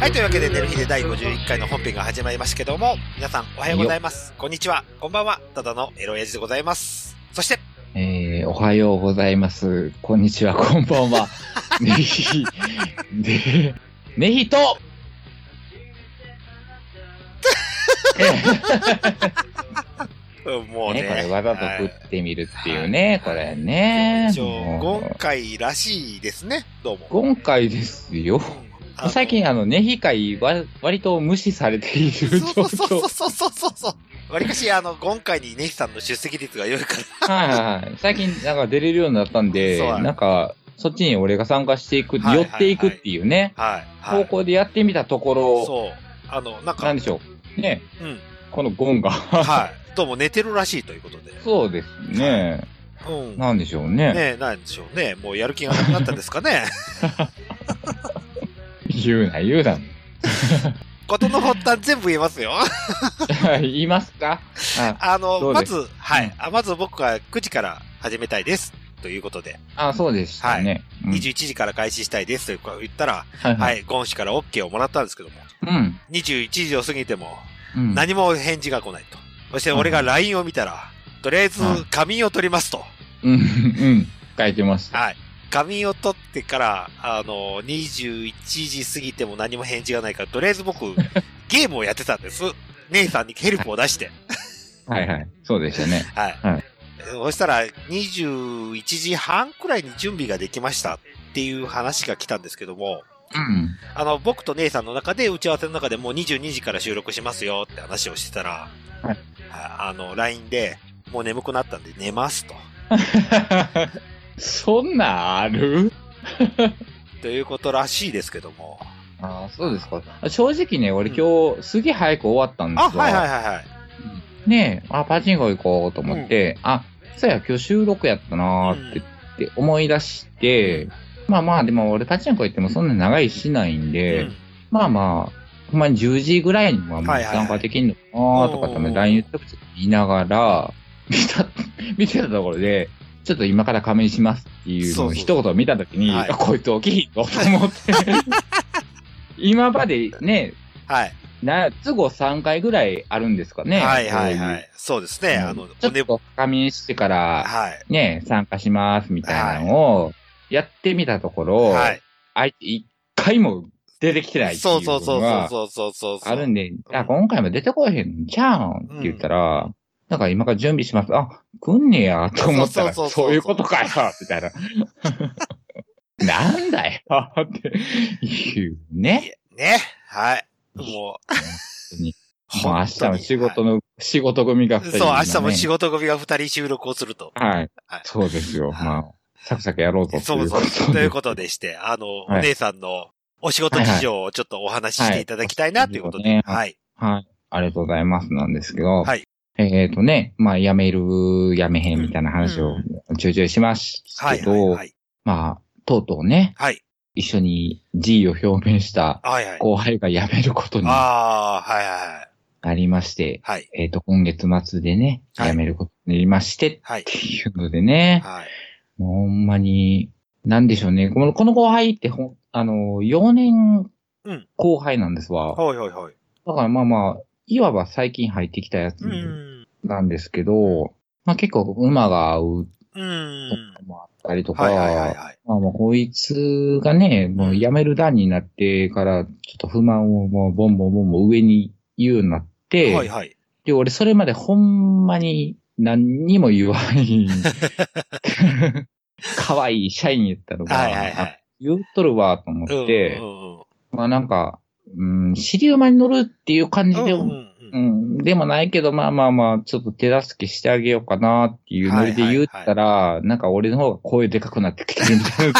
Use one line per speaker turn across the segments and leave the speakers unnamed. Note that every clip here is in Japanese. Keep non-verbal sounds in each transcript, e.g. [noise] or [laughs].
はい、というわけで、寝る日で第51回の本編が始まりますけども、皆さんおはようございます。こんにちは、こんばんは、ただのエロエジでございます。そして、
えー、おはようございます。こんにちは、こんばん
[laughs]
は。ねひ、ね、ねひと
うんもうね。
[laughs] ね、これわざと食ってみるっていうね、これ
はい
ね。
一応、
も
今回らしいですね、どうも。
う今回ですよ。
あの
最近、あの、ねひ会わ、割と無視されている
そ
状
うそうそう
況。
そうそうそうそう。わりかし、あの、今回にネヒさんの出席率が良いから。
はいはいはい。最近、なんか出れるようになったんで
そうな、の
なんか、そっちに俺が参加していく、
はいはい
寄
はい
っていくっていうね、
はい。は
方
い、
向でやってみたところ、
そう。あの、なん
な
か
んで、しょう。ね、
うん。
このゴン
[laughs]
が。
はい。どうも寝てるらしいということで。
そうですね。
うん。ね
なんでしょうね。
え、なんでしょうね。もうやる気がなくなったんですかね。
言うな、言うな。 [laughs]
ことの発端全部言えますよ。
言いますかあ
あの、
そう
ま
です
ず、は
うん
い。あまず僕は9時から始めたいです。ということで、
あ、そうでしたね。うん
21時から開始したいですと言ったら、
はいは。
はいい、ゴン氏から OK をもらったんですけども、
うん。
21時を過ぎても、
うん
何も返事が来ないと。そして俺が LINE を見たら、とりあえず
うん
仮眠を取りますと。
うん、うん。書いてました。
はい。仮眠を取ってから、あの、21時過ぎても何も返事がないから、とりあえず
[laughs]
僕、ゲームをやってたんです。姉さんにヘルプを出して。
はいはい。そうでしたね。
[laughs] はい。
は
そしたら、21時半くらいに準備ができましたっていう話が来たんですけども、
うん。 [laughs]
あの、僕と姉さんの中で、打ち合わせの中でもう22時から収録しますよって話をしてたら、
はい
ああの、LINE で、もう眠くなったんで寝ますと。
そんなんある
ということらしいですけども。
あそうですか。正直ね、俺今日、すげえ早く終わったんです
あ、
よ。
はいはいはいはい。
ねえ、あ、パチンコ行こうと思って、あ、そうや、今日収録やったなーってって思い出して、まあまあ、でも俺パチンコ行ってもそんな長いしないんで、
うん
まあまあ、ほんまに10時ぐらいに
は
はもう
いはいはい
参加できんのかなーとかってね
おー
LINE 言ってちょっと言いながら、 [laughs] 見た、見てたところで、ちょっと今から仮面しますっていうの
そうそう
を一言見たときに、
はい
あこいつ起きひんぞと思って。 [laughs] 今までね、
はい。
な、都合3回ぐらいあるんですかね。
はいはい
こう
は
う
い。そうですね。あの、
ちょっ
ね
と深みしてから、
はい。
ね、参加しますみたいなのをやってみたところ、
はい。
あいつ一回も出てきてないってい
そううそ
の
うそう
が
そうそうそうそう。
あるんで、あ、今回も出てこえへんじゃうんって言ったら、なんか今から準備します。あ、来んねやと思ったら、
そうそうそうそう
そういうことかよみた
[laughs]
いな。なんだよって言うね。
ね。はい。もう。 [laughs]
にもう明
本
日
当に
も仕事の、仕事組が
は
二
い
人いる
そう、
の
明
ね
日も仕事組が二人収録をすると。
はい
はい。
そうですよ。
はい
まあ、サクサクやろうと。
そう
といこ
そう。
と
と
で
いうことでして、あの、
はい
お姉さんのお仕事事情をちょっとお話ししていただきたいなということ
は
で
い。
はい。
はい。ありがとうございますなんですけど。
はい
えっ、とね、まあ、やめる、やめへんみたいな話をちょいちょいしました
はい。
けど、
はい。
まあ、とうとうね、
はい。
一緒に G を表明した
はい。はい。
後輩が辞めることにな
ああ、はいはい
りまして、
はい。
えっ、と、今月末でね、
はい
辞めることになりまして、っ
はい。
ていうのでね、
はい。
もうほんまに、なんでしょうね。このこの後輩ってほん、あの、4年
うん
後輩なんですわ。
はい。はい。はい。
だからまあまあ、いわば最近入ってきたやつ
うん。
なんですけど、まあ結構馬が合う
うん。
のもあったりとか、
はい。はい。はい。はい。
まあもうこいつがね、もう辞める段になってから、ちょっと不満をもうボンボンボンボン上に言うようになって、
はい。はい。
で、俺それまでほんまに何にも言わない。
[laughs]
可愛い社員やったのが、
はい。はい。は
あ
い。
言うとるわと思って、
うんうんうん
まあなんか、うん、尻馬に乗るっていう感じで、
うんうん
う
うん
ん、でもないけど、まあまあまあ、ちょっと手助けしてあげようかなっていうノリで言ったら、なんか俺の方が声でかくなってきてるみたい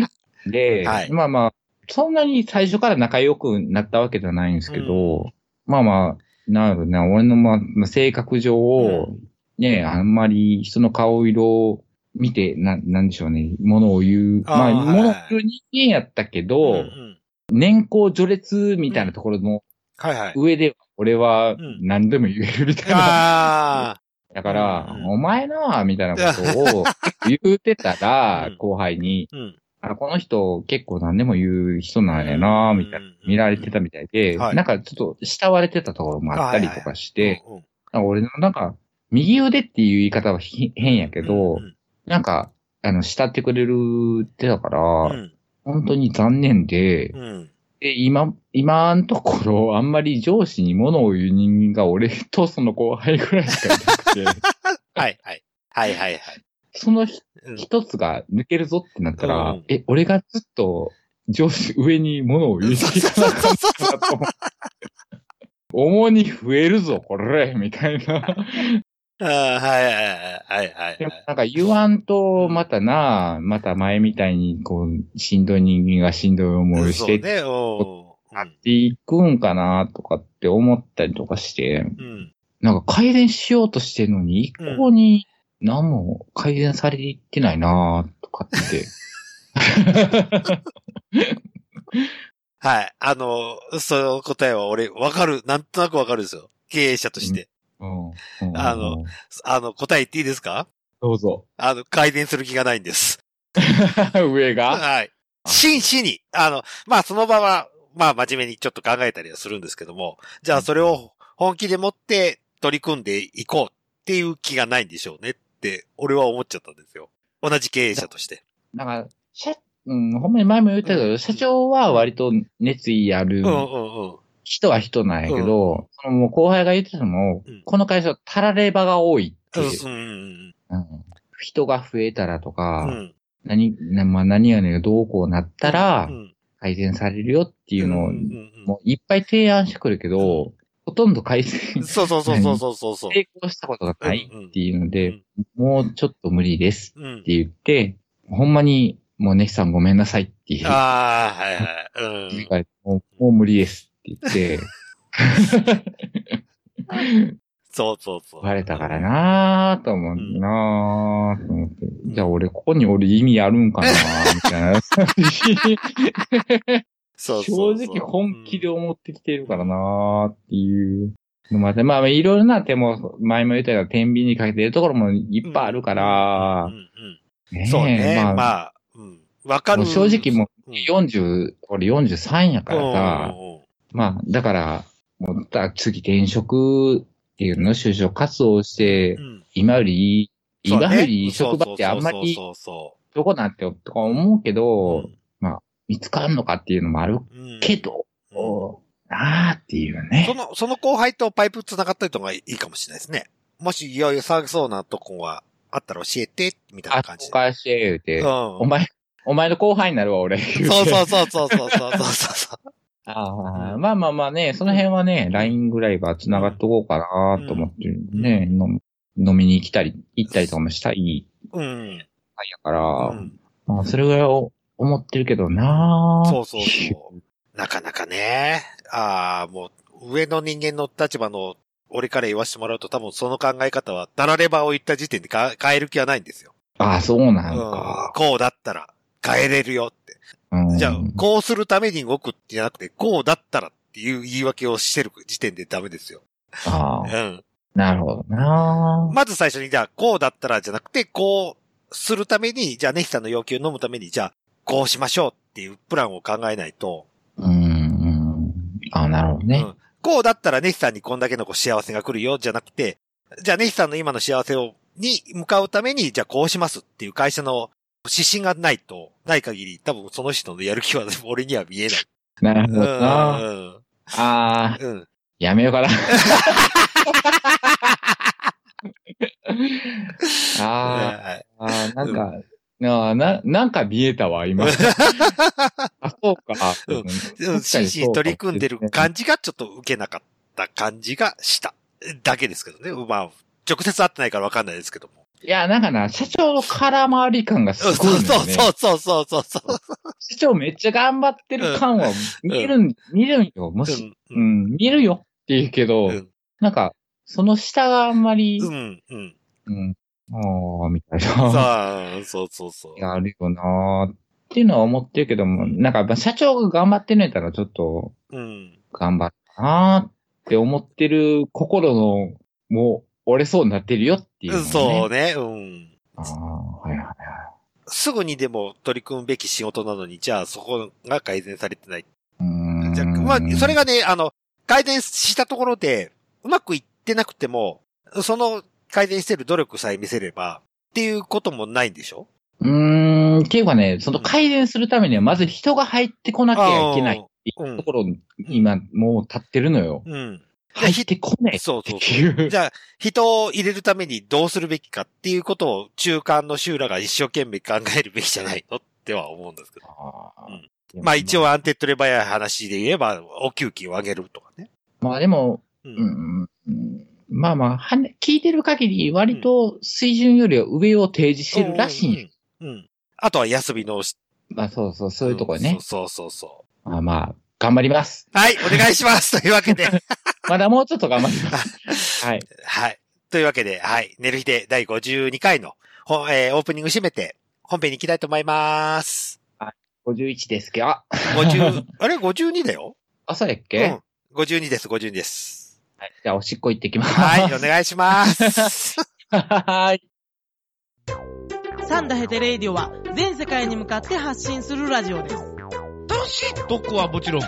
[laughs]
な。で、
はい
まあまあ、そんなに最初から仲良くなったわけじゃないんですけど、まあまあ、なるな、俺の、まあ、まあ性格上、
う
ね、あんまり人の顔色を見て、な、なんでしょうね、ものを言う、
あー
ま
は
あ、
い
ものを言う人間やったけど、
うんうん
年功序列みたいなところの、
はい。はい。
[laughs] 上では俺は
ん
何でも言えるみたいな。
あ
だから
う、ん
お前なぁみたいなことを言うてたら
うん、
後輩に、
あ。うん。
あこの人結構何でも言う人なんやなみたいな、見られてたみたいで、
はい
なんかちょっと慕われてたところもあったりとかして、
うんうん
なんか俺のなんか、右腕っていう言い方はひ変やけど、
うん
なんか、あの、慕ってくれるってだから、
うん
本当に残念で、
うん。
で、今、今のところ、あんまり上司に物を言う人間が俺とその後輩ぐらいしかいなくて、
[laughs] はいはい。はいはいは
[laughs]
い。
そのひ
うん
一つが抜けるぞってなったら、
うん
え、俺がずっと上司上に物を言う
そう
てい
そう
かなか
そうそう
ったと
[laughs]
思う。重に増えるぞ、これみたいな。
[laughs] あーはいはいはいはいはい
でも
はい。
なんか言わんと、またな、また前みたいに、こう、しんどい人間がしんどい思いをし
そう
て
ね、お
なっていくんかなとかって思ったりとかして、
ーうん。
なんか改善しようとしてるのに、一向に何も改善されていってないなとかって。
はい。あの、その答えは俺、わかる。なんとなくわかるんですよ。経営者として。
うんうん
あの、あの、答え言っていいですか
ど
[laughs]
うぞ。
あの、改善する気がないんです。
上が。
はい。真摯に、あの、まあ、その場は、まあ、真面目にちょっと考えたりはするんですけども、じゃあそれを本気で持って取り組んでいこうっていう気がないんでしょうねって、俺は思っちゃったんですよ。同じ経営者として。
なんか、社、うん、ほんまに前も言ったけ
う
ど、
ん
社長は割と熱意ある
うんうんうん。
人は人なんやけど、そのもう後輩が言ってたのも、
うん
この会社、たられ場が多いって、
うんうん
うん人が増えたらと
う
か、
ん。うん。
何、なまあ、何やねんがどうこうなったら
う、ん
改善されるよっていうのを、
んん
もういっぱい提案してくるけど、ほとんど改
う
善
ん、そうそうそうそうそうそうそう。
成功したことがないっていうので、
うん
もうちょっと無理です
うん
っ。て言って、ほんまに、もうネヒさんごめんなさいっていう。
ああ、はいはい。うん。
もうもう無理です
[laughs]
って言って、
そうそうそう。
バレたからなーと思
う
う
ん
なーと思って、
ん
じゃあ俺ここにおる意味あるんかなーみたいな。
そうそ
正
うそう。
直本気で思ってきてるからなーっていう。まあ、まあ、いろいろな手も、前も言ったような天秤にかけてるところもいっぱいあるから、
うんうん
ねえ
そうね。ま
まあ、
あ、うん。わか
も
る。
う正直も
う、
うん40、俺43やからさ、
うんうんうん
まあ、だから、もうだ次転職っていうの、就職活動をして、
うん
今よりいい、
そうね
今よりいい職場ってあんまり
そうそう
どこなんてよとか思うけど、
そうそう。
見つかんのかっていうのもある
うん
けど、
うん
なあっていう
そ
ね。
の、その後輩とパイプ繋がったりとかいいかもしれないですね。もし、いよいよ騒ぎそうなとこがあったら教えて、みたい
あ
な
っ
感じ
お
で。
かしい言うて、
お
お前、お前の後輩になるわ、俺。言うて
そうそうそうそうそうそうそうそう。
[laughs] ああまあまあまあね、その辺はね、LINE ぐらいは繋がっとこうかなと思ってるんでね、飲飲みに来たり、行ったりとかもしたい
うん。
やか
う
ら、
ん、
まあそれぐらいを思ってるけどなあ
そうそうそう。なかなかね、ああ、もう、上の人間の立場の、俺から言わせてもらうと多分その考え方は、だらればを言った時点でか変える気はないんですよ。
[laughs] ああ、そう
う
なんんか。
こうだったら変えれるよって。
うん
じゃあ、こうするために動くってじゃなくて、こうだったらっていう言い訳をしてる時点でダメですよ。
あ
う
あ
ん。
なるほどな
まず最初に、じゃあ、こうだったらじゃなくて、こうするために、じゃあ、ネヒさんの要求を飲むために、じゃあ、こうしましょうっていうプランを考えないと、
うんうん。ああ、なるほど
う
ね。
んこうだったらネヒさんにこんだけのこう幸せが来るよ、じゃなくて、じゃあ、ネヒさんの今の幸せを、に向かうために、じゃあ、こうしますっていう会社の指針がないと、ない限り、多分その人のやる気は俺には見えない。
なる
う
ほ
ん
どなああ、
うん。うん。
やめよ
[laughs]
うかな。ああ、
はい
ああ、なんか、なあな、なんか見えた
[laughs]
わ、今。あ、そうか。
うん
うん
真摯に取り組んでる。
確かに
感じがちょっと受けなかった感じがした。だけですけどね。まあ、直接会ってないからわかんないですけども。
そういや、なんかな、社長の空回り感がす
そう
ごい
そう
のよ、ね。
そうそうそうそうそう。
社長めっちゃ頑張ってる感は見えるん、見るんよ。も
う
し、
ん
う。ん、見るよって言うけど、
うん
なんか、その下があんまり、
う。
うん
うん。
ん、ああ、みたい
そ
な。
うそうそうそう。
があるよなーっていうのは思ってるけども、なんかやっぱ社長が頑張ってんのやったらちょっと
うん。
頑張ったなーって思ってる心の、もう折れそうになってるよっていう、ね。
そうね。うん。
ああ、はいはいはい。
すぐにでも取り組むべき仕事なのに、じゃあそこが改善されてない。
うん
じゃあまあ、それがね、あの、改善したところで、うまくいってなくても、その改善してる努力さえ見せれば、っていうこともないんでしょ
うーん、っていうかね、その改善するためには、まず人が入ってこなきゃいけないっていうところに、今、もう立ってるのよ。
うん。
入ってこないっ
そう
て
そう
いう。
じゃあ、人を入れるためにどうするべきかっていうことを中間の修羅が一生懸命考えるべきじゃないのっては思うんですけど。
あー
まあ一。応アンテッドレバヤ話で言えば、お給金を上げるとかね。
まあでも、
う
う。ん、まあまあ、はね聞いてる限り、割と水準よりは上を提示してるらしいんよ。
うん。うん。あとは休みの、
まあそうそう、そういうところね
ん。そうそうそうそ
まあまあ、頑張ります。
う。はい、お願いします [laughs] というわけで。
まだもうちょっと頑張ります。 [laughs] はい。
はい。というわけで、はい。寝る日で第52回の、ほえーオープニング締めて、本編に行きたいと思います。
51ですけど、あ、 [laughs]
50、あれ ?52 だよ
朝やっ
う
け、
ん。52です、52です。
[laughs] はい。じゃあ、おしっこ行ってきます。
はい、お願いします。
はい。
サンダヘテレイディオは全世界に向かって発信するラジオです。
楽しい特攻はもちろん、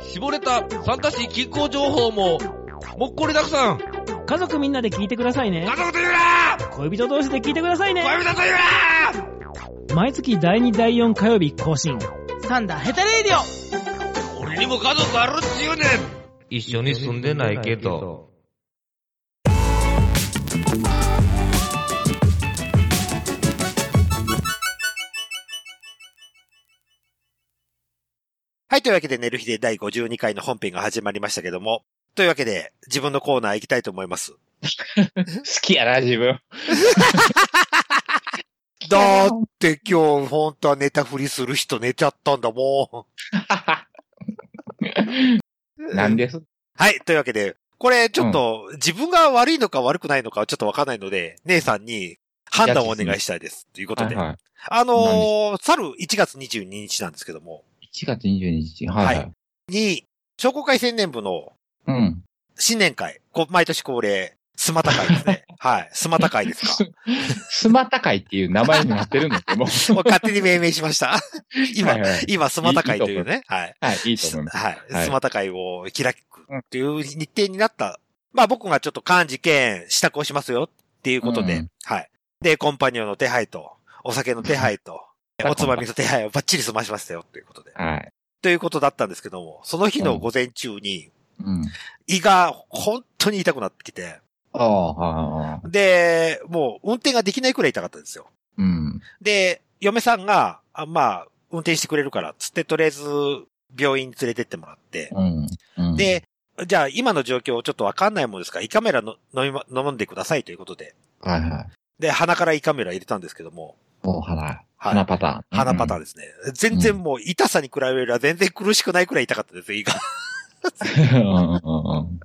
絞れた参加し気候情報も、もっこりたくさん
家族みんなで聞いてくださいね
家。族と言うな
恋人同士で聞いてくださいね。
恋人と言うな
毎月第2、第4火曜日更新。
サンダヘテレイディオ
俺にも家族あるっちゅうねん一緒に住んでないけど。
はい、というわけで、寝る日で第52回の本編が始まりましたけども、というわけで、自分のコーナー行きたいと思います。
好きやな、自分。
だって今日、本当はネタ振りする人寝ちゃったんだもん。
[laughs] なんです
はい、というわけで、これちょっと、自分が悪いのか悪くないのかちょっとわかんないので、姉さんに判断をお願いしたいです。ということで。
はいは
あのー、去る1月22日なんですけども、
い。1月22日。はい、はい。
はいに、商工会青年部の
うん。
新年会、こ毎年恒例、スマタ会です
[laughs]
ね。はい。スマタ会ですか。
スマタ会っていう名前になってるんだけど。
もう勝手に命名しま
[laughs]
した。 [laughs] 今、
はいはい、
今、スマタ会というね。はい。
はい、いいと
[laughs]
思います。
はい。
はい
スマタ会を開くっていう日程になった。まあ僕がちょっと漢字兼支度をしますよっていうことで、
うん
はい。で、コンパニオンの手配と、お酒の手配と、おつまみの手配をバッチリ済ましましたよということで。
はい。
ということだったんですけども、その日の午前中に、
うん。
胃が本当に痛くなってきて、
ああ、はいはい。
で、もう運転ができないくらい痛かったんですよ。
うん。
で、嫁さんが、あまあ、運転してくれるから、つって、とりあえず、病院に連れてってもらって、
うん。うん、
で、じゃあ、今の状況ちょっとわかんないもんですから、胃カメラの飲みま、飲んでくださいということで。
はいはい。
で、鼻から胃カメラ入れたんですけども、
お鼻。
はい
鼻パターン。
鼻パターン
ン。
ですね。全然もう、痛さに比べれば全然苦しくないくらい痛かったです、胃が。 [laughs]
うんうんうんうん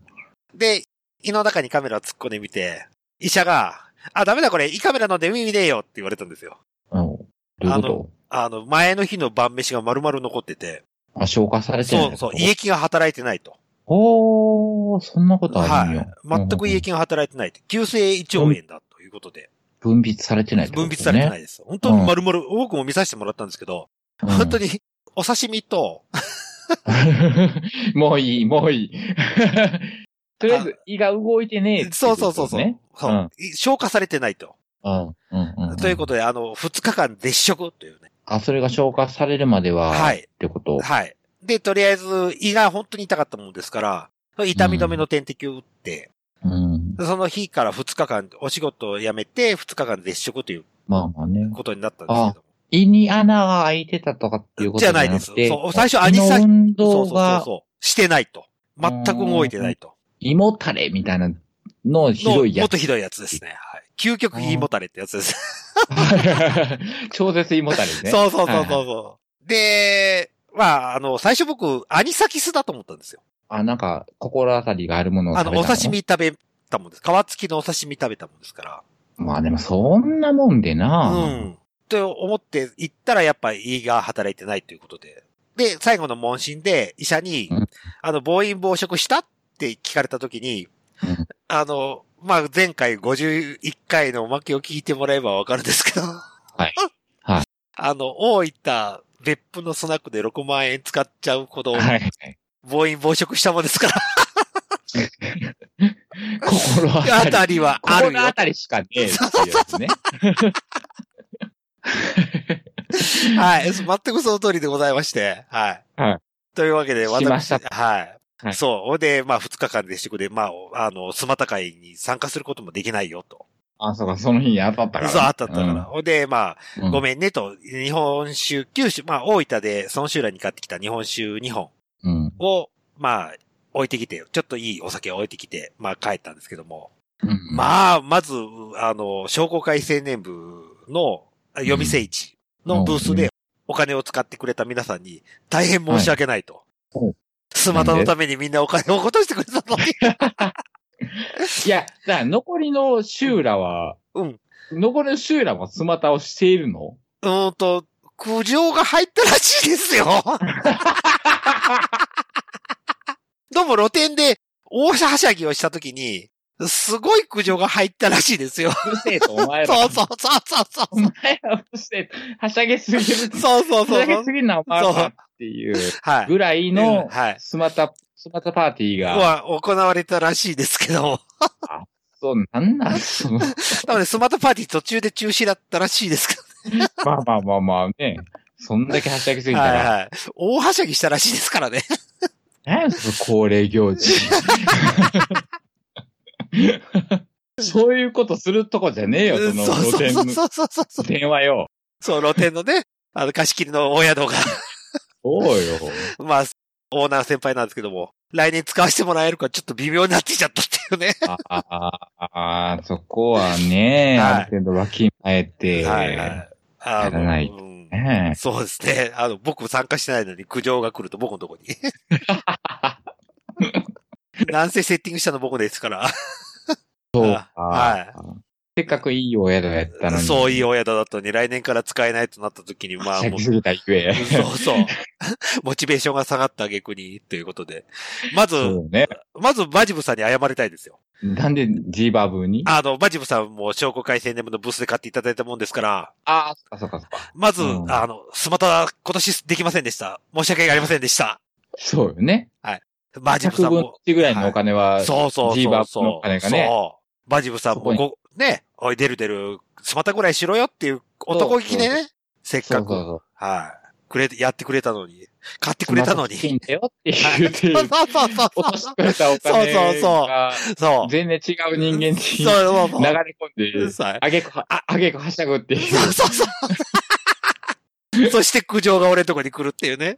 で、胃の中にカメラを突っ込んでみて、医者が、あ、ダメだこれ、胃カメラ飲んで意味ねえよって言われたんですよ。
うん。どういう
あ
こ
のあの、前の日の晩飯が丸々残ってて、
とあ、消化されて
そ
る
うそう、胃液が働いてないと。
おー、そんなことあるんよ。
はい。全く胃
うん
液が働いてないって。急性胃腸炎だということで。
分泌されてないってこと
分
ね、
泌されてない
い。
です。本当に丸々、僕も見させてもらったんですけど、本当
に。
に、お刺身と、 [laughs]
もういい、もういい。 [laughs] とりあえず、胃が動いてねえって
[laughs]
い
そう
こと
そう
ね
そうそう、そう
うん
消化されてないと。
うんうんうんうん
ということで、あの、2日間絶食というね。
あ、それが消化されるまでは、
はい
ってこと。
はい。で、とりあえず、胃が本当に痛かったもんですから、痛み止めの点滴を打って、
うん。
その日から2日間、お仕事を辞めて、2日間絶食という
まあまあね。
ことになったんですけども。
胃に穴が開いてたとかっていうこと
じ
じ
ゃ
ゃ
ないで
な
す
くて。
そう最初アニサキ
胃の運動
そうそう
が、
そう。してないと。全く動いてないと。
胃もたれみたいなのひどい
のも
や
っと
つ。
ひどいやつですね。はい。究極言いもたれってやつです。
[laughs] 超絶胃もたれ
[laughs]
ね。
そうそうそうそう
はいはい
そう。で、まあ、あの、最初僕、アニサキスだと思ったんですよ。
あ、なんか、心当たりがあるものを
あ
食べ
の、
たの
お刺身。食べたもんです。皮付きのお刺身食べたもんですか
まあでも、そんなもんで
ら。う
な。
ん。と思って行ったらやっぱ胃が働いてないということで。で、最後の問診で医者に
うん、
あの、暴飲暴食したって聞かれたときに
うん、
あの、まあ、前回51回のおまけを聞いてもらえばわかるんですけど、 [laughs]
はい
あの、大分、別府のスナックで6万円使っちゃうほど、
はい。
暴飲暴食したもんですから、
心当た
[laughs] あた
り。
り [laughs] はあるよ
心。当たりしかねえっていうや
[laughs]
つね。
はい。全くその通りでございまして。はい。
はい。
というわけで、
しました
はい。
はい
そう。ほんで、まあ、二日間でしてくれ、まあ、あの、スマタ会に参加することもできないよと。
あ、そうか、その日に当たったから。
そう、あったったから。ほんで、ま
う
あ、
ん。
ごめんねと、日本酒、九州、まあ、大分で、その修来に買ってきた日本酒2本
うん。
を、まあ、置いてきて、ちょっといいお酒を置いてきて、まあ、帰ったんですけども。
うん。
まあ、まず、あの、商工会青年部の、あ夜店市のブース
う
でお金を使ってくれた皆さんに、大変申し訳ないと
はいう。
スマ [laughs] タのためにみんなお金を落としてくれたのに。
いや、だから残りの修羅は、
うん。
残りの修羅もスマタをしているの
うーんと、苦情が入ったらしいですよ。 [laughs] どうも露店で大しゃはしゃぎをしたときに、すごい苦情が入ったらしいですよ。
うるせえと、お前ら。
そうそうそうそうそう。
お前らうるせえ。はしゃげすぎる。
そうそう
はし
そう
ゃ
そ
げ
う
す。ぎるな、お前
そう
らっていう
はい。
ぐらい
うん
の
はい、
スマタ、スマタパーティーが、
は行われたらしいですけども。 [laughs]
そう、なんなんその、
なので、スマートパーティー途中で中止だったらしいですけど。
まあまあまあまあね。そんだけはしゃぎすぎた
はい
ら、
はい。大はしゃぎしたらしいですからね。
何やその恒例
[laughs]
行事。そういうことするとこじゃねえよ、
う
そ
ん
の
そう
露
そう
店
そう
の
そうそうそうそう。
電話よ。
そう、露店のね、あの、貸し切りの大宿が、 [laughs]
そうよ。
まあ、オーナー先輩なんですけども、来年使わせてもらえるかちょっと微妙になってきちゃったっていうね。
ああああ、そこはね、
はい
ある程度わきまえて、
はいはい。あ
やらない
うん
ね
そうですね。あの、僕参加してないのに苦情が来ると僕のと
[laughs]
こに。 [laughs] なんせセッティングしたの僕ですから。
そうか。
はい
せっかくいいお宿やったのに。
そういうお宿だったのに、来年から使えないとなった時に、ま
は
あ
[laughs] しゃ
もう
ぎすぎたゆえ。
そうそう。 [laughs] モチベーションが下がった逆に、ということで。まず、
そうね。
まずバジブさんに謝りたいですよ。
なんでジーバブに
あの、バジブさんも商工会青年部のブースで買っていただいたもんですから、
ああ、そっかそっかそっか。
まず、
うん
あの、スマタ今年できませんでした。申し訳ありませんでした。
そうよね。
バジブさ
100
ん
分の
も。
1ぐらいのお金は、
そうそう
ジー
そ
バ
う
ブの
そ
お
う。
金がね。
そう。バジブさんも
そ
ご、ね、おい、出る出る、スマタぐらいしろよっていう男気で
そう
ね、せっ
そう
か
そう
く、
そう。
はい。くれ、やってくれたのに、買ってくれたのに。
いいんだよって
はい
言って、
[laughs] そうそうそうそう
落としてくれたお金が。
そうそうそう。
全然違う人間に流れ
そう、そうそう。
込んで、
そう
あげくは、ああげくはしゃぐっていう。
そうそう。そして苦情が俺のとこに来るっていうね。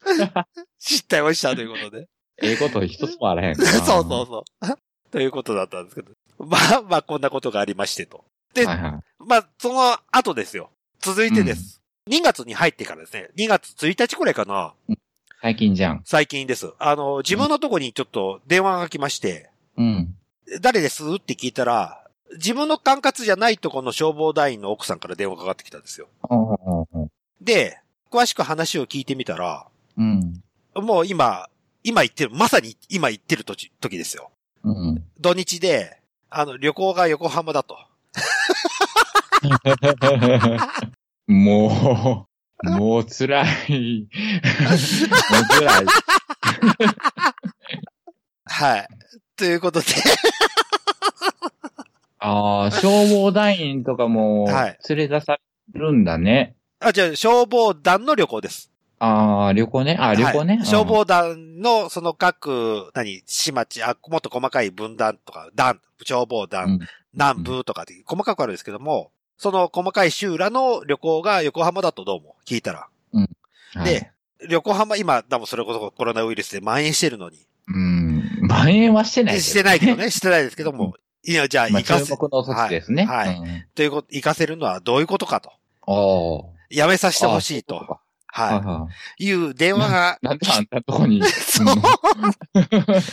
失態をしたということで。
ええこと一つもあらへんか
そう
ら。
そうそう。ということだったんですけど。まあまあこんなことがありましてと。で
はいはい。
まあその後ですよ。続いてです。2月に入ってからですね。2月1日くらいかな。
最近じゃん。
最近です。あの、自分のとこにちょっと電話が来まして、
うん。
誰ですって聞いたら、自分の管轄じゃないとこの消防団員の奥さんから電話かかってきたんですよ。
うんうんうん
で、詳しく話を聞いてみたら、
うん。
もう今、今行ってる、まさに今行ってる時時ですよ。
うん。
土日で、あの、旅行が横浜だと。
もう、もう辛い。もう
[laughs]
辛い。
はい。ということで、
ああ、消防団員とかも
はい、
連れ出されるんだね。
あ、じゃあ、消防団の旅行です。
ああ、旅行ね。あー旅行ね。
はい
うん
消防団の、その各、何、市町、あ、もっと細かい分断とか、団、消防団、
うん
南部とかって、細かくあるんですけども、その細かい集落の旅行が横浜だとどうも、聞いたら。
はい
で、横浜、今、でもそれこそコロナウイルスで蔓延してるのに、
うん。蔓延はしてないけどね。
してないけどね、してないですけども、いや、じゃあ、
まあ、
行か
注
せ、
目の措置ですね。
はいはい
うん
ということ、行かせるのはどういうことかと。
おー
やめさせてほしい
あそうい
と。
うことかはい
は。
はい
いう電話が、
い。なんであんた
[laughs]
とこに。
そう。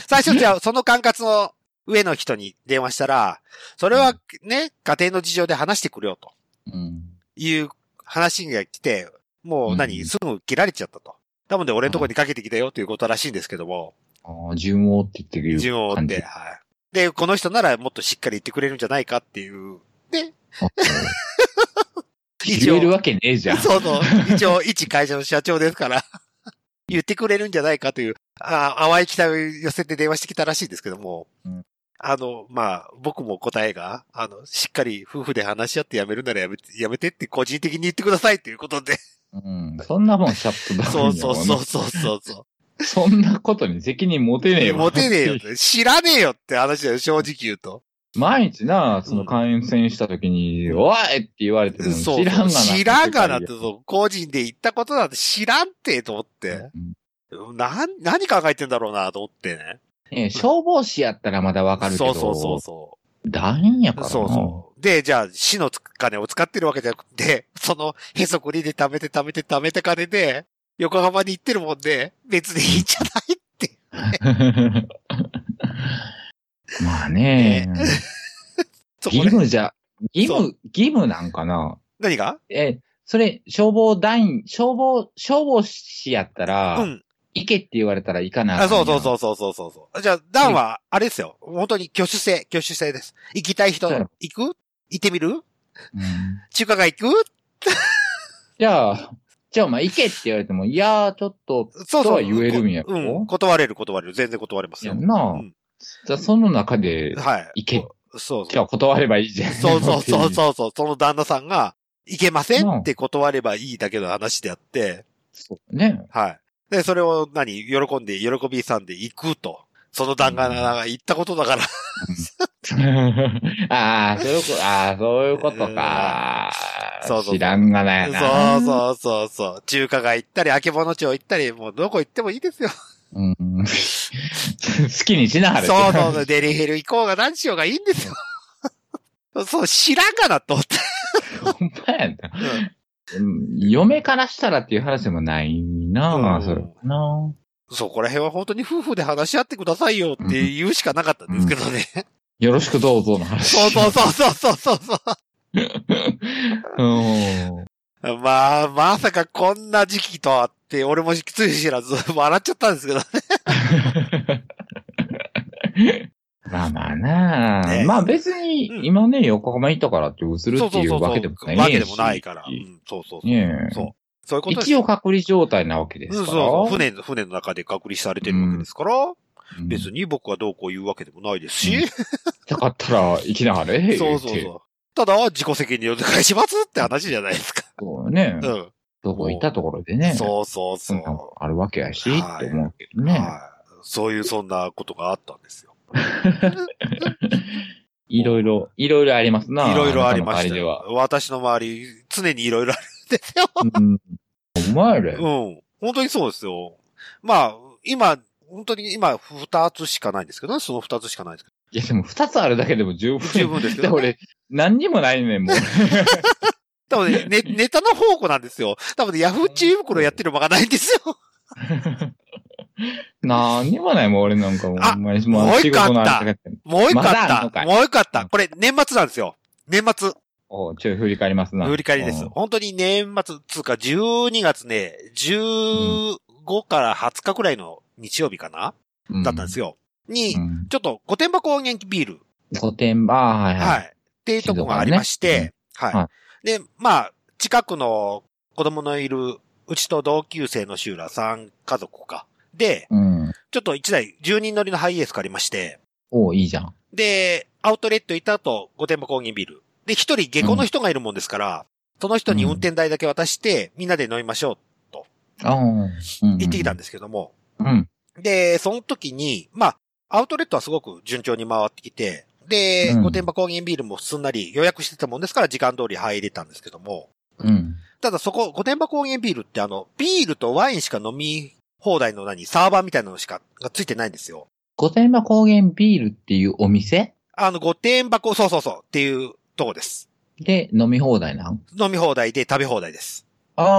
最初じゃあ、その管轄の上の人に電話したら、それはね、家庭の事情で話してくれよと
うん。
いう話が来て、もう
う
何、
ん
すぐ切られちゃったと。なので、俺のとこにかけてきたよということらしいんですけども、
ああ、順応って言ってくれる。
順を追って、。はい。で、こ [laughs] の人ならもっとしっかり言ってくれるんじゃないかっていう。で、
あ言えるわけねえじゃ
[laughs]
ん。
そうそう。一応、一会社の社長ですから、 [laughs] 言ってくれるんじゃないかという、あ淡い期待を寄せて電話してきたらしいんですけども、
うん
あの、まあ、僕も答えが、あの、しっかり夫婦で話し合ってやめるならやめて、やめてって個人的に言ってくださいということ
[laughs]
で、
うん。そんなもんシャットダ
そ
ウ
う
ンや
そう
も
ん
な
そうそうそうそう。
そんなことに責任持てねえよ。
モテねえよっ。て、知らねえよって話だよ、正直言うと。
毎日な、その感染した時に、おいって言われても
そう
知らんがな。
知らんがなって、
う
そう個人で言ったことなんて知らんって、と思って。
ん
な、何考えてんだろうな、と思ってね。
ねえ消防士やったらまだわかるけ
そ
ど。
うそうそうそう。
団員やからな。
そうそう。で、じゃあ、市の金を使ってるわけじゃなくて、その、へそくりで貯めて貯めて貯めた金で、横浜に行ってるもんで、別にいいんじゃないって。
[laughs] まあね、
そこ
義
で
務じゃ、義
そ
務、義務なんかな。
何が
え、それ、消防団員、消防、消防士やったら、
うん。
行けって言われたら行かない。。
あ、そうそうそううそうそうそうそう。じゃあ、ダンは、あれですよ。本当に挙手制、挙手制です。行きたい人
そう、
行く行ってみる
うん
中華街行く
じゃあ、じゃあお前行けって言われても、いやー、ちょっと、
そう
と
そ
は
う。
言えるんやろ
うん。断れる、断れる。全然断れます
や
よ。
んなあ、
うん
じゃあその中で、
はい。
行け。
そうそう。
じゃあ断ればいいじゃん。
そうそう
[laughs]
そうそうそう。その旦那さんが、いけませんって断ればいいだけの話であって、
そうね。 [laughs]
はい。で、それを何喜んで、喜びさんで行くと。その旦那が言ったことだから。
ああ、そういうこと、ああ、そういうことか。
うんそうそうそう
知らんがなやな。
[laughs] そうそうそうそう。中華街行ったり、あけぼの町行ったり、もうどこ行ってもいいですよ。
うん。 [laughs] 好きにしなはれ。
そうそうそう。デリヘル行こうが何しよう [laughs] がいいんですよ。そう、知らんかなと思って。
[laughs] ほんまやな。うん嫁からしたらっていう話でもないな、ま
う
あ、
ん
それ。な
そこら辺は本当に夫婦で話し合ってくださいよって言うしかなかったんですけどね。
よろしくどうぞの話。
そうそうそうそうそうそうそう。
うん。
[laughs] まあ、まさかこんな時期とあって、俺もつい知らず、 [laughs] 笑っちゃったんですけど。
[laughs] まあまあな、
ね
まあ別に
う、ん
今ね、横浜行ったからって映るっていうわけでもないし。
わけでもないから。うんそうそうそう。
ねえ
そう。そういうことです
一応隔離状態なわけで
う
す
ん
か
そ
ら。
うそう。船、船の中で隔離されてるわけですから、
うん
別に僕はどうこう言うわけでもないですし、
たかったら行きなはれ。
そうそう
言て
そう。ただ、自己責任をお願いしますって話じゃないですか。
そうね。
うん。
どこ行ったところでね。
そうそう
そ
そ
んなんも
う。
あるわけやし、
はい
と思うけどね。
はい。そういう、そんなことがあったんですよ。
いろいろ、いろいろありますな。
いろいろありました
あ
よ
な。
私の周り、常にいろいろあるんですよ。
たの周りでは。うん。お前らよ。
うん。本当にそうですよ。まあ、今、本当に今、二つしかないんですけどね。その二つしかないんですけ
いや、でも二つあるだけでも十分。
ど。十分ですけ
で、
ど、ね。
[laughs] 俺、何にもないねん、もう。
多分ね、ねネタの宝庫なんですよ。多分ね、ヤフーチー袋やってる間がないんですよ。 [laughs]
何にもないもん、俺なんかもう。
あ
ほんまにもう
もう
仕
一個あ
事
った
のあれだけで
もう一個あ
まだあん
った。
のかい
もう一個あった。これ、年末なんですよ。年末、
おうちょい振り返りますな。
振り返りです。本当に年末、つうか、12月ね、15から20日くらいの日曜日かな、
うん。
だったんです
よ。
よ。に、
うん。
ちょっと、御殿場高原ビール
御殿場、はい
は。
はいい。
っていうとこがありまして、
静
はい、
は
で、まあ、近くの子供のいる、うちと同級生のシューラ3家族か。で、
うん。
ちょっと1台10人乗りのハイエース借りまして、
おういいじゃん。
で、アウトレット行った後、御殿場高原ビル。で、1人下校の人がいるもんですから、その人に運転代だけ渡して、みんなで飲みましょう
ああ。行
行ってきたんですけども。
うん。
で、その時に、まあ、アウトレットはすごく順調に回ってきて、で、
うん
御殿場高原ビールもすんなり予約してたもんですから時間通り入れたんですけども、
うん。
ただそこ、御殿場高原ビールってあの、ビールとワインしか飲み放題の何、サーバーみたいなのしか、がついてないんですよ。
御殿場高原ビールっていうお店
あの、御殿場高、そうそうそう、っていうとこです。
で飲み放題なん
飲み放題で食べ放題です。
ああ、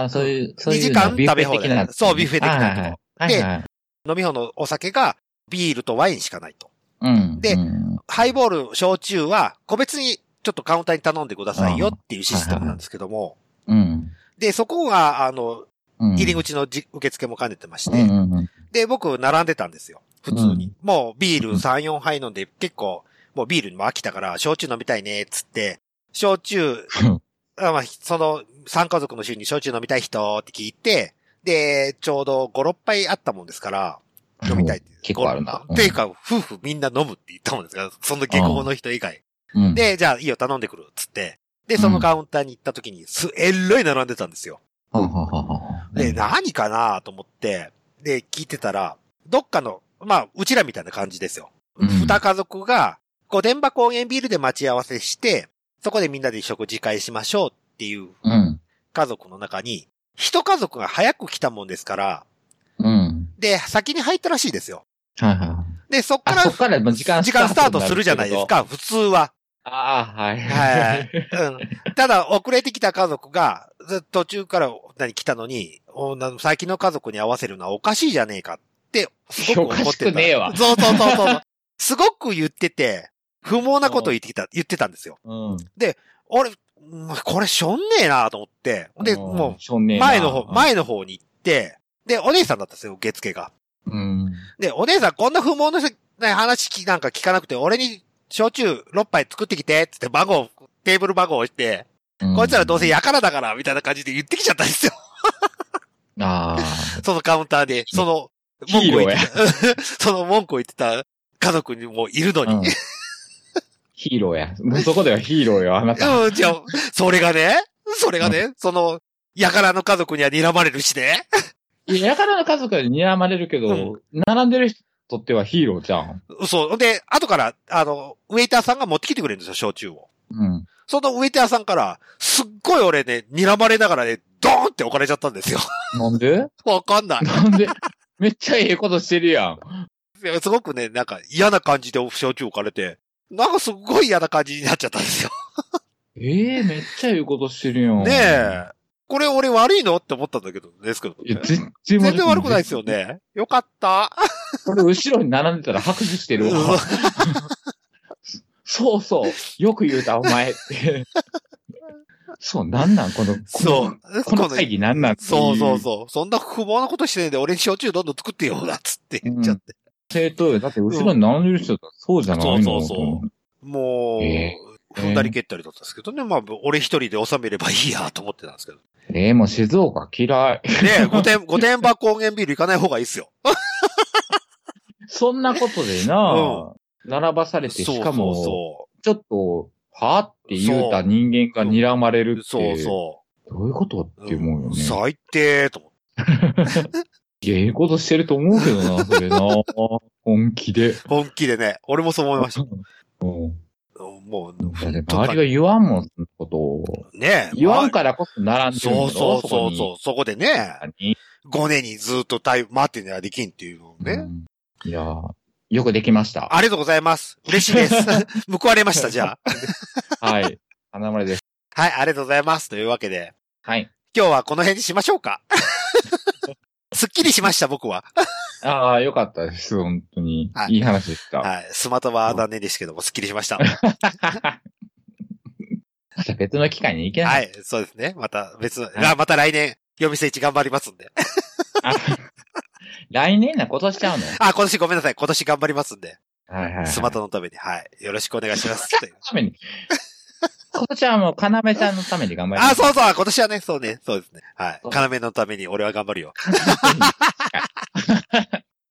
ああ、そういう、そういうの。
二時間
ビュッフェ
食
的な
べ放題そうビュッフェ的なとこ
はいはいはいはいはい。
飲み放のお酒がビールとワインしかないと。
うん。
で
うん
ハイボール、焼酎は個別にちょっとカウンターに頼んでくださいよっていうシステムなんですけども、
うん。
で、そこが、あの、
うん
入り口のじ、受付も兼ねてまし
うん
て、
うんうん
で、僕、並んでたんですよ。普通に。もう、ビール3、4杯飲んで、結構、もうビールにも飽きたから、焼酎飲みたいね、っつって、焼酎あまあ、その、3家族の週に焼酎飲みたい人って聞いて、で、ちょうど5、6杯あったもんですから、飲みたいって。
結構あるな
っていうか、夫婦みんな飲むって言ったもんですから、その下校の人以外。
うん。
で、じゃあいいよ頼んでくるっつって。で、そのカウンターに行った時に、す、 [laughs] えらい並んでたんですよ。
はんはんはんはん
で、何かなと思って、で、聞いてたら、どっかの、まあ、うちらみたいな感じですよ。
うん
二家族が、御殿場公園ビルで待ち合わせして、そこでみんなで食事会しましょうっていう
うん。
家族の中に、一家族が早く来たもんですから、
うん。
で、先に入ったらしいですよ。
はいはいはい。
で、そっか
あ、
ら、
そっからもう時間
時間スタートするじゃないです。か、普通は。
ああ、はい。
はい。うんただ、遅れてきた家族が、ず途中から何来たのに、女の先の家族に合わせるのはおかしいじゃねえかって、すごく怒
おか
っ
してく
た。
ねえわ
そうそうそうそう。すごく言ってて、不毛なことを言ってきた、言ってたんですよ。
[laughs] うん。
俺、うんこれしょんねえなと思って、で、も
しょんね
う、
えな
前の方、。前の方に行って、で、お姉さんだったんですよ、受付が。
うん。
で、お姉さんこんな不毛の話きなんか聞かなくて、俺に焼酎6杯作ってきて、つって番号、テーブル番号押して、こいつらどうせやからだから、みたいな感じで言ってきちゃったん
[laughs]
ですよ。
ああ。
そのカウンターで、その、
ヒーローや
文句を言ってた [laughs] その文句を言ってた家族にもいるのに。
うんヒーローや。そこではヒーローよ、あなた。
うん、じゃあ、それがね、それがね、その、やからの家族には睨まれるしね。
いや、やからの家族に睨まれるけど、並んでる人とってはヒーローじゃん。
そう。で、後から、あの、ウェイターさんが持ってきてくれるんですよ、焼酎を。
うん。
そのウェイターさんから、すっごい俺ね、睨まれながらね、ドーンって置かれちゃったんですよ。 [laughs]
なんで
わかんない。
なんでめっちゃええことしてるやん。
いやすごくね、なんか嫌な感じで焼酎置かれて、なんかすっごい嫌な感じになっちゃったんですよ。
ええめっちゃええことしてるやん。
ねえ。これ俺悪いのって思ったんだけど、ですけど、
いや
ね。
全然
全然悪くないです
よ。
よね。よかった。
これ後ろに並んでたら拍手してるわ。そうそう。よく言うた、お前って。そう、なんなんこの、この
そう。
この会議なんなんってい
そうそうそう。そんな不毛なことしてねえんで、俺に焼酎どんどん作ってよ、なっつって言っちゃって。
正当よ。だって後ろに並んでる人だったらそうじゃないの
そうそうそうもう、
ええ
踏んだり蹴ったりだったんですけどね。まあ、俺一人で収めればいいやと思ってたんですけど。ね
ええもう静岡嫌い。
え、御殿、御殿場高原ビール行かない方がいいっすよ。
そんなことでな、並ばされて、 [laughs] しか
そう
も、
そ
ちょっと、はって言うた人間が睨まれる
う
って。
そう。そうそ
どういうことって思うよ
う。
ね。
最低と思って。
いや、ええことしてると思うけ
[laughs]
どな、それな。本気で。
本気でね。俺もそう思いま
[laughs]
した。
うん
もう、
だって周りが言わんもん、そのことを。
ねえ。
言わんからこそ並んでるんだ
そ
ろ
うそうそ
こ
う
に
そう、そこでね、
に
5年にずっと待ってねはできんっていうのをね、
うんいやーよくできました。
ありがとうございます。嬉しい [laughs] です。報われました、じゃあ。
はい。花丸です。
はい、ありがとうございます。というわけで、
はい。
今日はこの辺にしましょうか。 [laughs] すっきりしました、僕は。
ああ、よかったです。本当に。
はい
いい話でした。
はい、スマトは残念ですけども、すっきりしました。
また別の機会に行けな。
はいい、そうですね。また別の、
はい
あまた来年、夜店一頑張りますんで。
あ来年なことしちゃうの
あ、今年ごめんなさい。今年頑張りますんで、
はいはい。
スマトのために、はい、よろしくお願いします。という
ために。今年はもう、かなめちゃんのために頑張ります
あ、そうそう、今年はね、そうね、そうですね。はい。要のために俺は頑張るよ。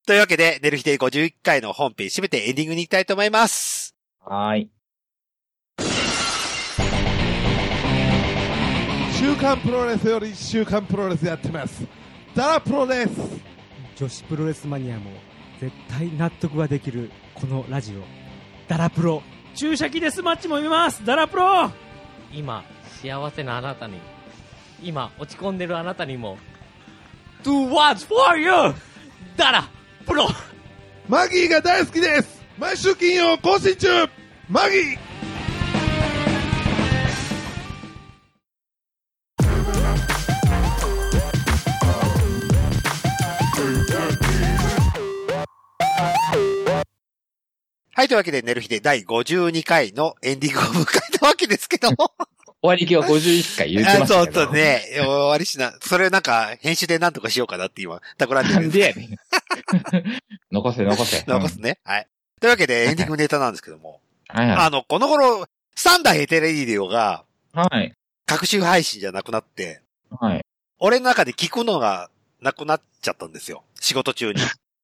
というわけで、寝る日で51回の本編締めてエンディングに行きたいと思います。
はーい。
週刊プロレスより週刊プロレスやってますダラプロです
女子プロレスマニアも絶対納得ができるこのラジオダラプロ注射器デスマッチも見ますダラプロ
今幸せなあなたに今落ち込んでるあなたにも Do what's for you! だらプロ
マギーが大好きです毎週金曜更新中マギー
はい、というわけで、寝る日で第52回のエンディングを迎えたわけですけども。
終わり今日51回言ってま
あ
した
そう
けど。
そうね。終わりしな。それをなんか、編集でなんとかしようかなって今、企んで
な
る
ん
んで
でやねん。 [laughs] 残せ、残せ。
残すね。はい。というわけで、エンディングネタなんですけども。
うん。はい
あの、この頃、サンダーヘテレディオが、
はい。はい。
各週配信じゃなくなって、
はい。
俺の中で聞くのがなくなっちゃったんですよ。仕事中に。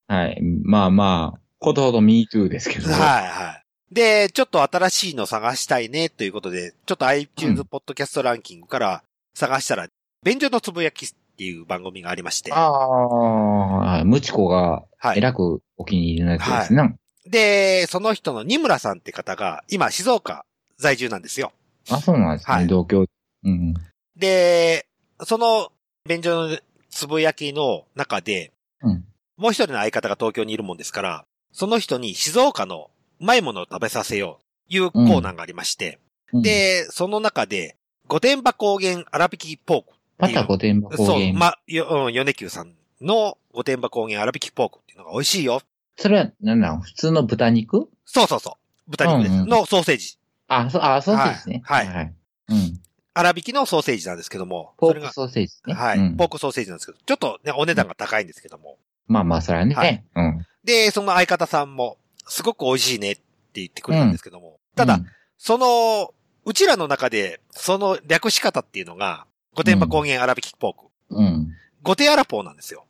はい。まあまあ、ことほど MeToo ですけど。
はいはい。で、ちょっと新しいの探したいねということで、ちょっと iTunes
うん
ポッドキャストランキングから探したら、便所のつぶやきっていう番組がありまして、
ああ、はいムチコが
は
え
い。
らくお気に入りのやつですね。
で、その人の二村さんって方が、今静岡在住なんですよ。
あ、そうなんですね。
はい
同居。うん。
で、その便所のつぶやきの中で、
うん
もう一人の相方が東京にいるもんですから、その人に静岡のうまいものを食べさせよういうコーナーがありまして、
うん、
で、その中で、御殿場高原粗挽きポーク。
パタ御殿場高
そう、
原。
ま、よ、うん、米久さんの御殿場高原粗挽きポークっていうのが美味しいよ。
それは、なんだろう、普通の豚肉
そうそうそう。豚肉です。
うんうん
のソーセージ。
あ、そう、あ、ソーセージね。
はいはい
はい。うん。
粗挽きのソーセージなんですけども。
ポ
それ
ー
が
ク、ソーセージね。
はい、
うん
ポークソーセージなんですけど、ちょっとね、お値段が高いんですけども。
まあまあ、それはね。
はい
うん。
で、その相方さんも、すごく美味しいねって言ってくれたんですけども。ただ、
うん、
その、うちらの中で、その略し方っていうのが、御殿場高原粗挽きポーク。
うん。
御殿アラポーなんですよ。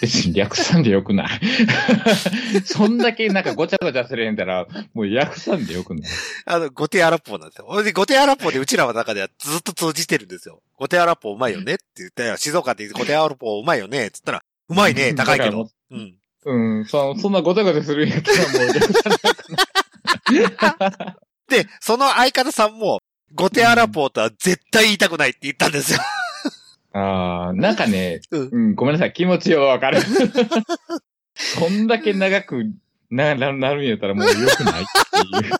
別に略さんでよくない。 [laughs] そんだけなんかごちゃごちゃするんだら、もう略さんでよくない。
あの、ゴテアラッポーなんですよ。ほいで、ゴテアラッポーでうちらの中ではずっと通じてるんですよ。ゴテアラッポーうまいよねって言ったら、静岡でゴテアラッポーうまいよねって言ったら、うまいね、高いけど。うん。
うん、そそんなごちゃごちゃするんやったらもう略さんでよくない。
で、その相方さんも、ゴテアラッポーとは絶対言いたくないって言ったんですよ。 [laughs]
ああ、なんかね、
うん
うん、ごめんなさい、気持ちはわかる。そんだけ長くな、な、なるんやったらもう良くないっていう。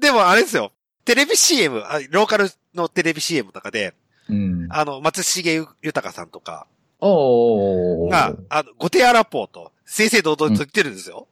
でもあれですよ。テレビ CM、あローカルのテレビ CM とかで、
うん。
あの、松重豊さんとか
おーおーおー
が、あの、ゴテアラッポーと、正々堂々と言ってるんですよ。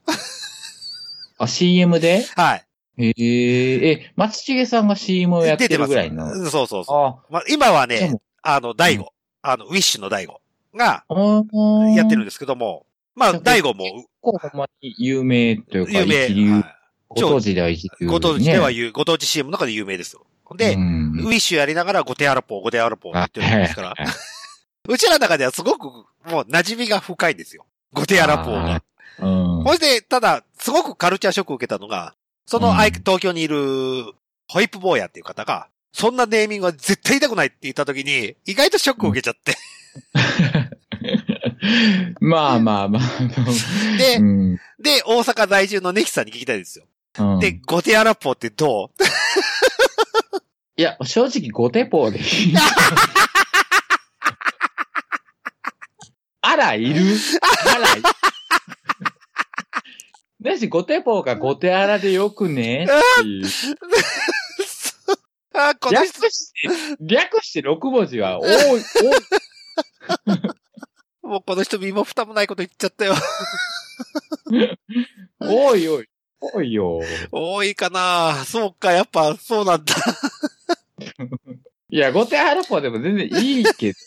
あ、CM で
はい。
えええ、松重さんが CM をやってるぐらいの。
うんそうそうそう。
あ、
まあ、今は
で
ね
も、
あの、大
う
悟、あの、ウィッシュの大悟が
あ
やってるんですけども、まあ、
うん
大悟も
結構ほんまに有名というか、
有名、
一流、
は
ご当地では一
い、
流、ね。
ご当地では有、ご当地 CM の中で有名ですよ。で、
うん
ウィッシュやりながら、ゴテアラポー、ゴテアラポーって言ってるんですから、
あ
[laughs] うちらの中ではすごく、もう馴染みが深いんですよ。ゴテアラポーが。
うん。
そして、ただ、すごくカルチャーショックを受けたのが、その、
うん
あい東京にいる、ホイップ坊やっていう方が、そんなネーミングは絶対痛くないって言った時に、意外とショックを受けちゃって。
[laughs] まあまあまあ。
で
うん
で、大阪在住のネキさんに聞きたいですよ。
うん
で、ゴテアラポーってどう [laughs]
いや、正直、ごてぽ [laughs] でいい。あら、いるあら、いだし、ごてぽがごてあらでよくねって [laughs] いう。
あ、この
略
人、
して、略して6文字は多い、多い。
もうこの人身も蓋もないこと言っちゃったよ。
おいおい。おいよ。
多いかなそうか、やっぱそうなんだ。
いや、後手原っぽでも全然いいけど、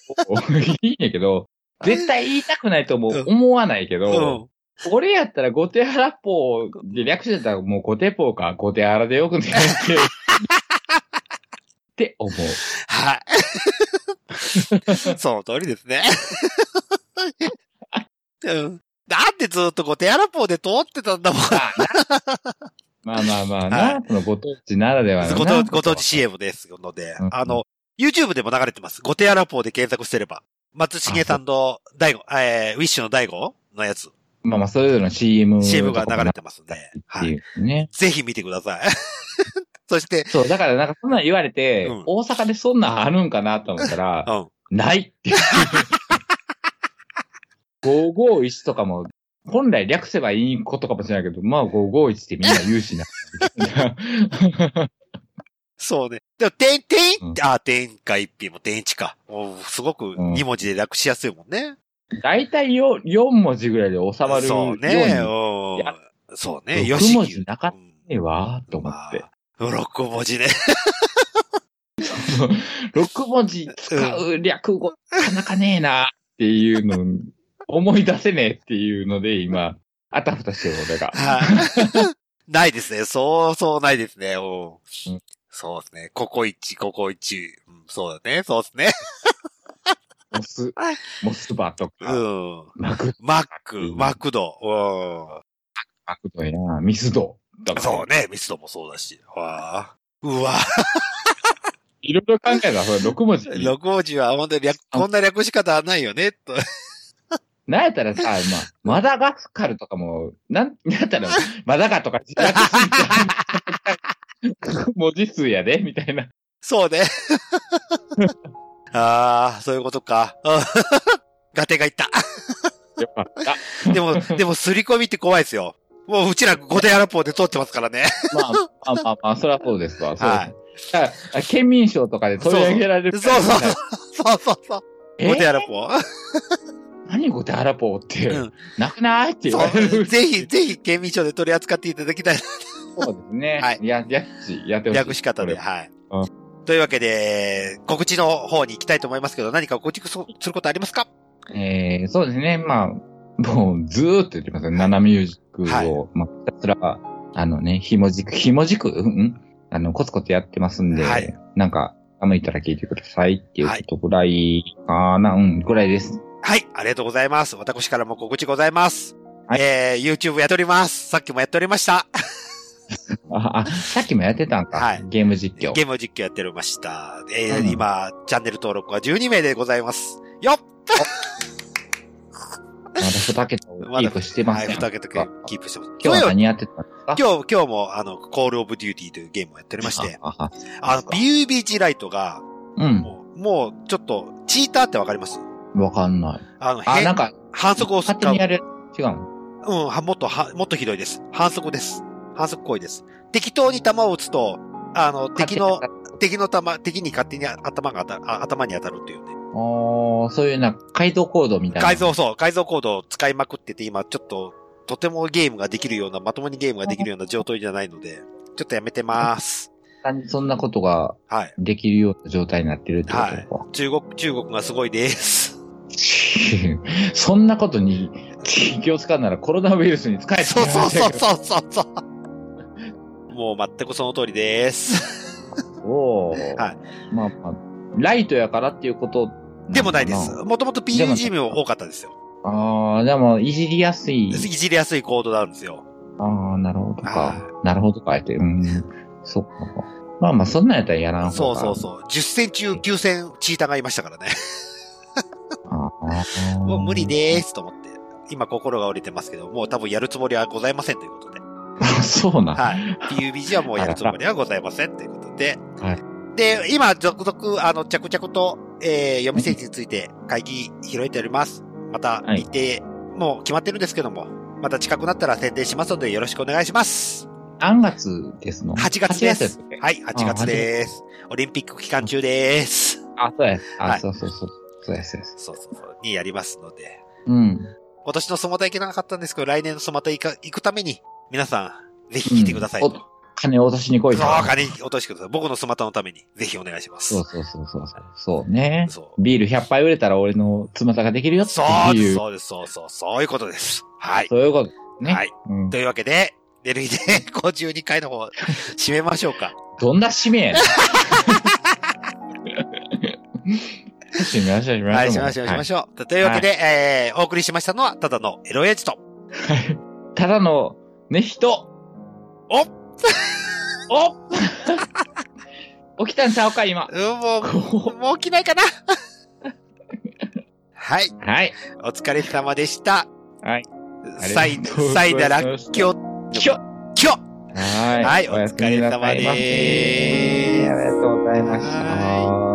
[laughs] いいんやけど、絶対言いたくないとも
うん
思わないけ
うん。
ど、俺やったら後手原っぽで略してたらもう後手ぽか後手原でよくねって、って思う。
はい。 [laughs] その通りですね。 [laughs] うん。だってずっとゴテアラポーで通ってたんだもん。
まあまあまあ
は
な、そのご当地ならで
[laughs]
はの
ご当
な
ご当地 CM ですので
う、ん
あの、YouTube でも流れてます。ゴテアラポーで検索してれば。松重さんの大悟、えー、ウィッシュの大悟のやつ、
まあまあ、それぞれの CM。
CM が流れてますんで。
っ
は
て
い
い。うね。
ぜひ見てください。 [laughs] そして、
そう、だからなんかそんなん言われて、
うん
大阪でそんなんあるんかなと思った
[laughs]
ら
う、ん。
ないっていう。551とかも、本来略せばいいことかもしれないけど、まあ551ってみんな言うしな。
そうね。でも、てん、て
うん
ん、あ、天下一品も天一か。おうすごく
うん
二文字で楽しやすいもんね。
大体よ4文字ぐらいで収まるよ
そうう
に
ね。
ね
おう
いや
そうね。
六
吉木
文字なかっえわーと思って。。
うんまあ六文字ね。
6文字使う略語、なかなかねえなっていうの、思い出せねえっていうので、今、あたふたしてる俺が。
[laughs] はい。ないですね。そうそうないですね。おう
うん
そうですね。ここ1、ここ1。うん、そうだね。そうですね。[laughs]
モス、モスバと
う
か、
ん。
マク、
マック、マクド。
マクとやな、ミスド
う
と
ん。
か。
そうね。ミスドもそうだし。わあ。うわ
いろいろ考えたら、ほら、6文字。
[laughs] 六文字は、ほんと略、こんな略し方はないよね、と。 [laughs]
なんやったらさ、まあ、マダガスカルとかも、なん、 [laughs] なんやったら、マダガとか、 [laughs] 文字数やで、みたいな。
そう
[laughs]
ね。ああ、そういうことか。 [laughs] うんガテがいった。
やっぱ、
[laughs]
あ、
でも、でも、すり込みって怖いですよ。もう、うちら5点アラポーで通ってますからね。 [laughs]
まあ、まあまあまあ、そりゃそうですわ。そう
は
ですだから県民賞とかで取り上げられ
そ
る
うそうそう
からね。。
そうそうそう。
え
5点アラポー。
何ゴテアラポーって、
うん
なくないって言われ
そう
る。
ぜひ、ぜひ、県民賞で取り扱っていただきたい
そうですね。
は
はいい。や、やっち、やってほしい。
略し方で、
こ
はい。
う
というわけで、告知の方に行きたいと思いますけど、何か告知そすることありますか
れえー、そうですね。まあ、もう、ずーっと言ってますよ。ナナミュージックを、
はい
まあ、ひたすら、あのね、ひもじく、ひもじく、うんあの、コツコツやってますんで、
はい
なんか、寒いたら聞いてくださいっていうことぐらいかな、うん、ぐらいです。
はい、ありがとうございます。私からも告知ございます。
はい
えー、YouTube やっております。さっきもやっておりました。
あ、あさっきもやってたんか。
はい
ゲーム実況。
ゲーム実況やっておりました。えー
うん
今、チャンネル登録は12名でございます。よっ
まだ二桁をキープしてます
はい、
ね。
2桁キープしてます。今
今日
日は、
は何やってたんですか
今日、今日も、あの、コールオブデューティーというゲームをやっておりまして、
あああ
あの、BUBG ライトが、
うん。
もう、もうちょっと、チーターってわかります
わかんない。
あの、
あ、
へん
なんか、
反則をす
勝
る
手にやれる。違うの
うん、は、もっとは、もっとひどいです。反則です。反則行為です。適当に弾を打つと、あの、敵の、敵の弾、敵に勝手に頭が当たる、あ頭に当たるっていうね。
おー、そういうな、改造コードみたいな。
改造、そう、改造コードを使いまくってて、今ちょっと、とてもゲームができるような、まともにゲームができるような状態じゃないので、ちょっとやめてます。
そんなことが
はい。
できるような状態になってるってことか。
中国、中国がすごいです。
[laughs] そんなことに気を使うならコロナウイルスに使え
そうそうそう
う。
そうそう [laughs] そう。もう全くその通りです。
おー
はい
まあまあ、ライトやからっていうことのか。
でもないです。もともと PUG も多かったですよ。
ああ、でも、いじりやすい
い。じりやすいコードなんですよ。
ああ、なるほど
は
か。なるほどか、って。うん。そっか。まあまあ、そんなんやったらやらん
そうそう
う。
そう。10戦中9戦チーターがいましたからね。
あー
もう無理。でーすと思って。今心が折れてますけど、もう多分やるつもりはございませんということで。
あ [laughs] そうなん。
はい。PUBG はもうやるつもりはございませんということで。
は
で、今、続々、あの、着々と、えー、読み政治について会議開いております。また、
はい
日程、もう決まってるんですけども、また近くなったら宣伝しますのでよろしくお願いします。
何月ですの
8月で
8
す
やったっ。け
はい、8月です。オリンピック期間中です。
あ、そうや。あ、
はい
そうそうそう。そうや、そうや。そう
そうそうそう、にやりますので。
やうん。
今年のソマタ行けなかったんですけど、来年のソマタ行か行くために、皆さん、ぜひ聞いてください。
うんお金を落としに来い
そう、金落としてください。僕のソマタのために、ぜひお願いします。
そうそうそうそう。そうね。
そう。
ビール100杯売れたら俺のつまたができるよって
そうで
い
す、
う。
そうです、そうそう、そういうことです。はい。
そういうこと。ね。
はい。
うん
というわけで、寝る日で52回の
[laughs]
方、締めましょうか。
どんな使命やね
[laughs]
ん。 [laughs] 締めましょう、締めましょう。
はい、しましょう、しましょう。というわけで、えー、お送りしましたのは、ただのエロエイジと、
う。ただの、ね、人。 [laughs]
お
お起きたんちゃう
[laughs]
か、今。
うん、もう、
[laughs]
もう起きないか [laughs] なはい、
はい。
お疲れ様でした。
はい。
サイ
ありがとうございま、し
サ
た
イダラッキョ、
きょ
キョ
は
はい、お
や
疲
すみ
れ
なさ
様
いませ
で
あり
す。
がとうございまし
は
た。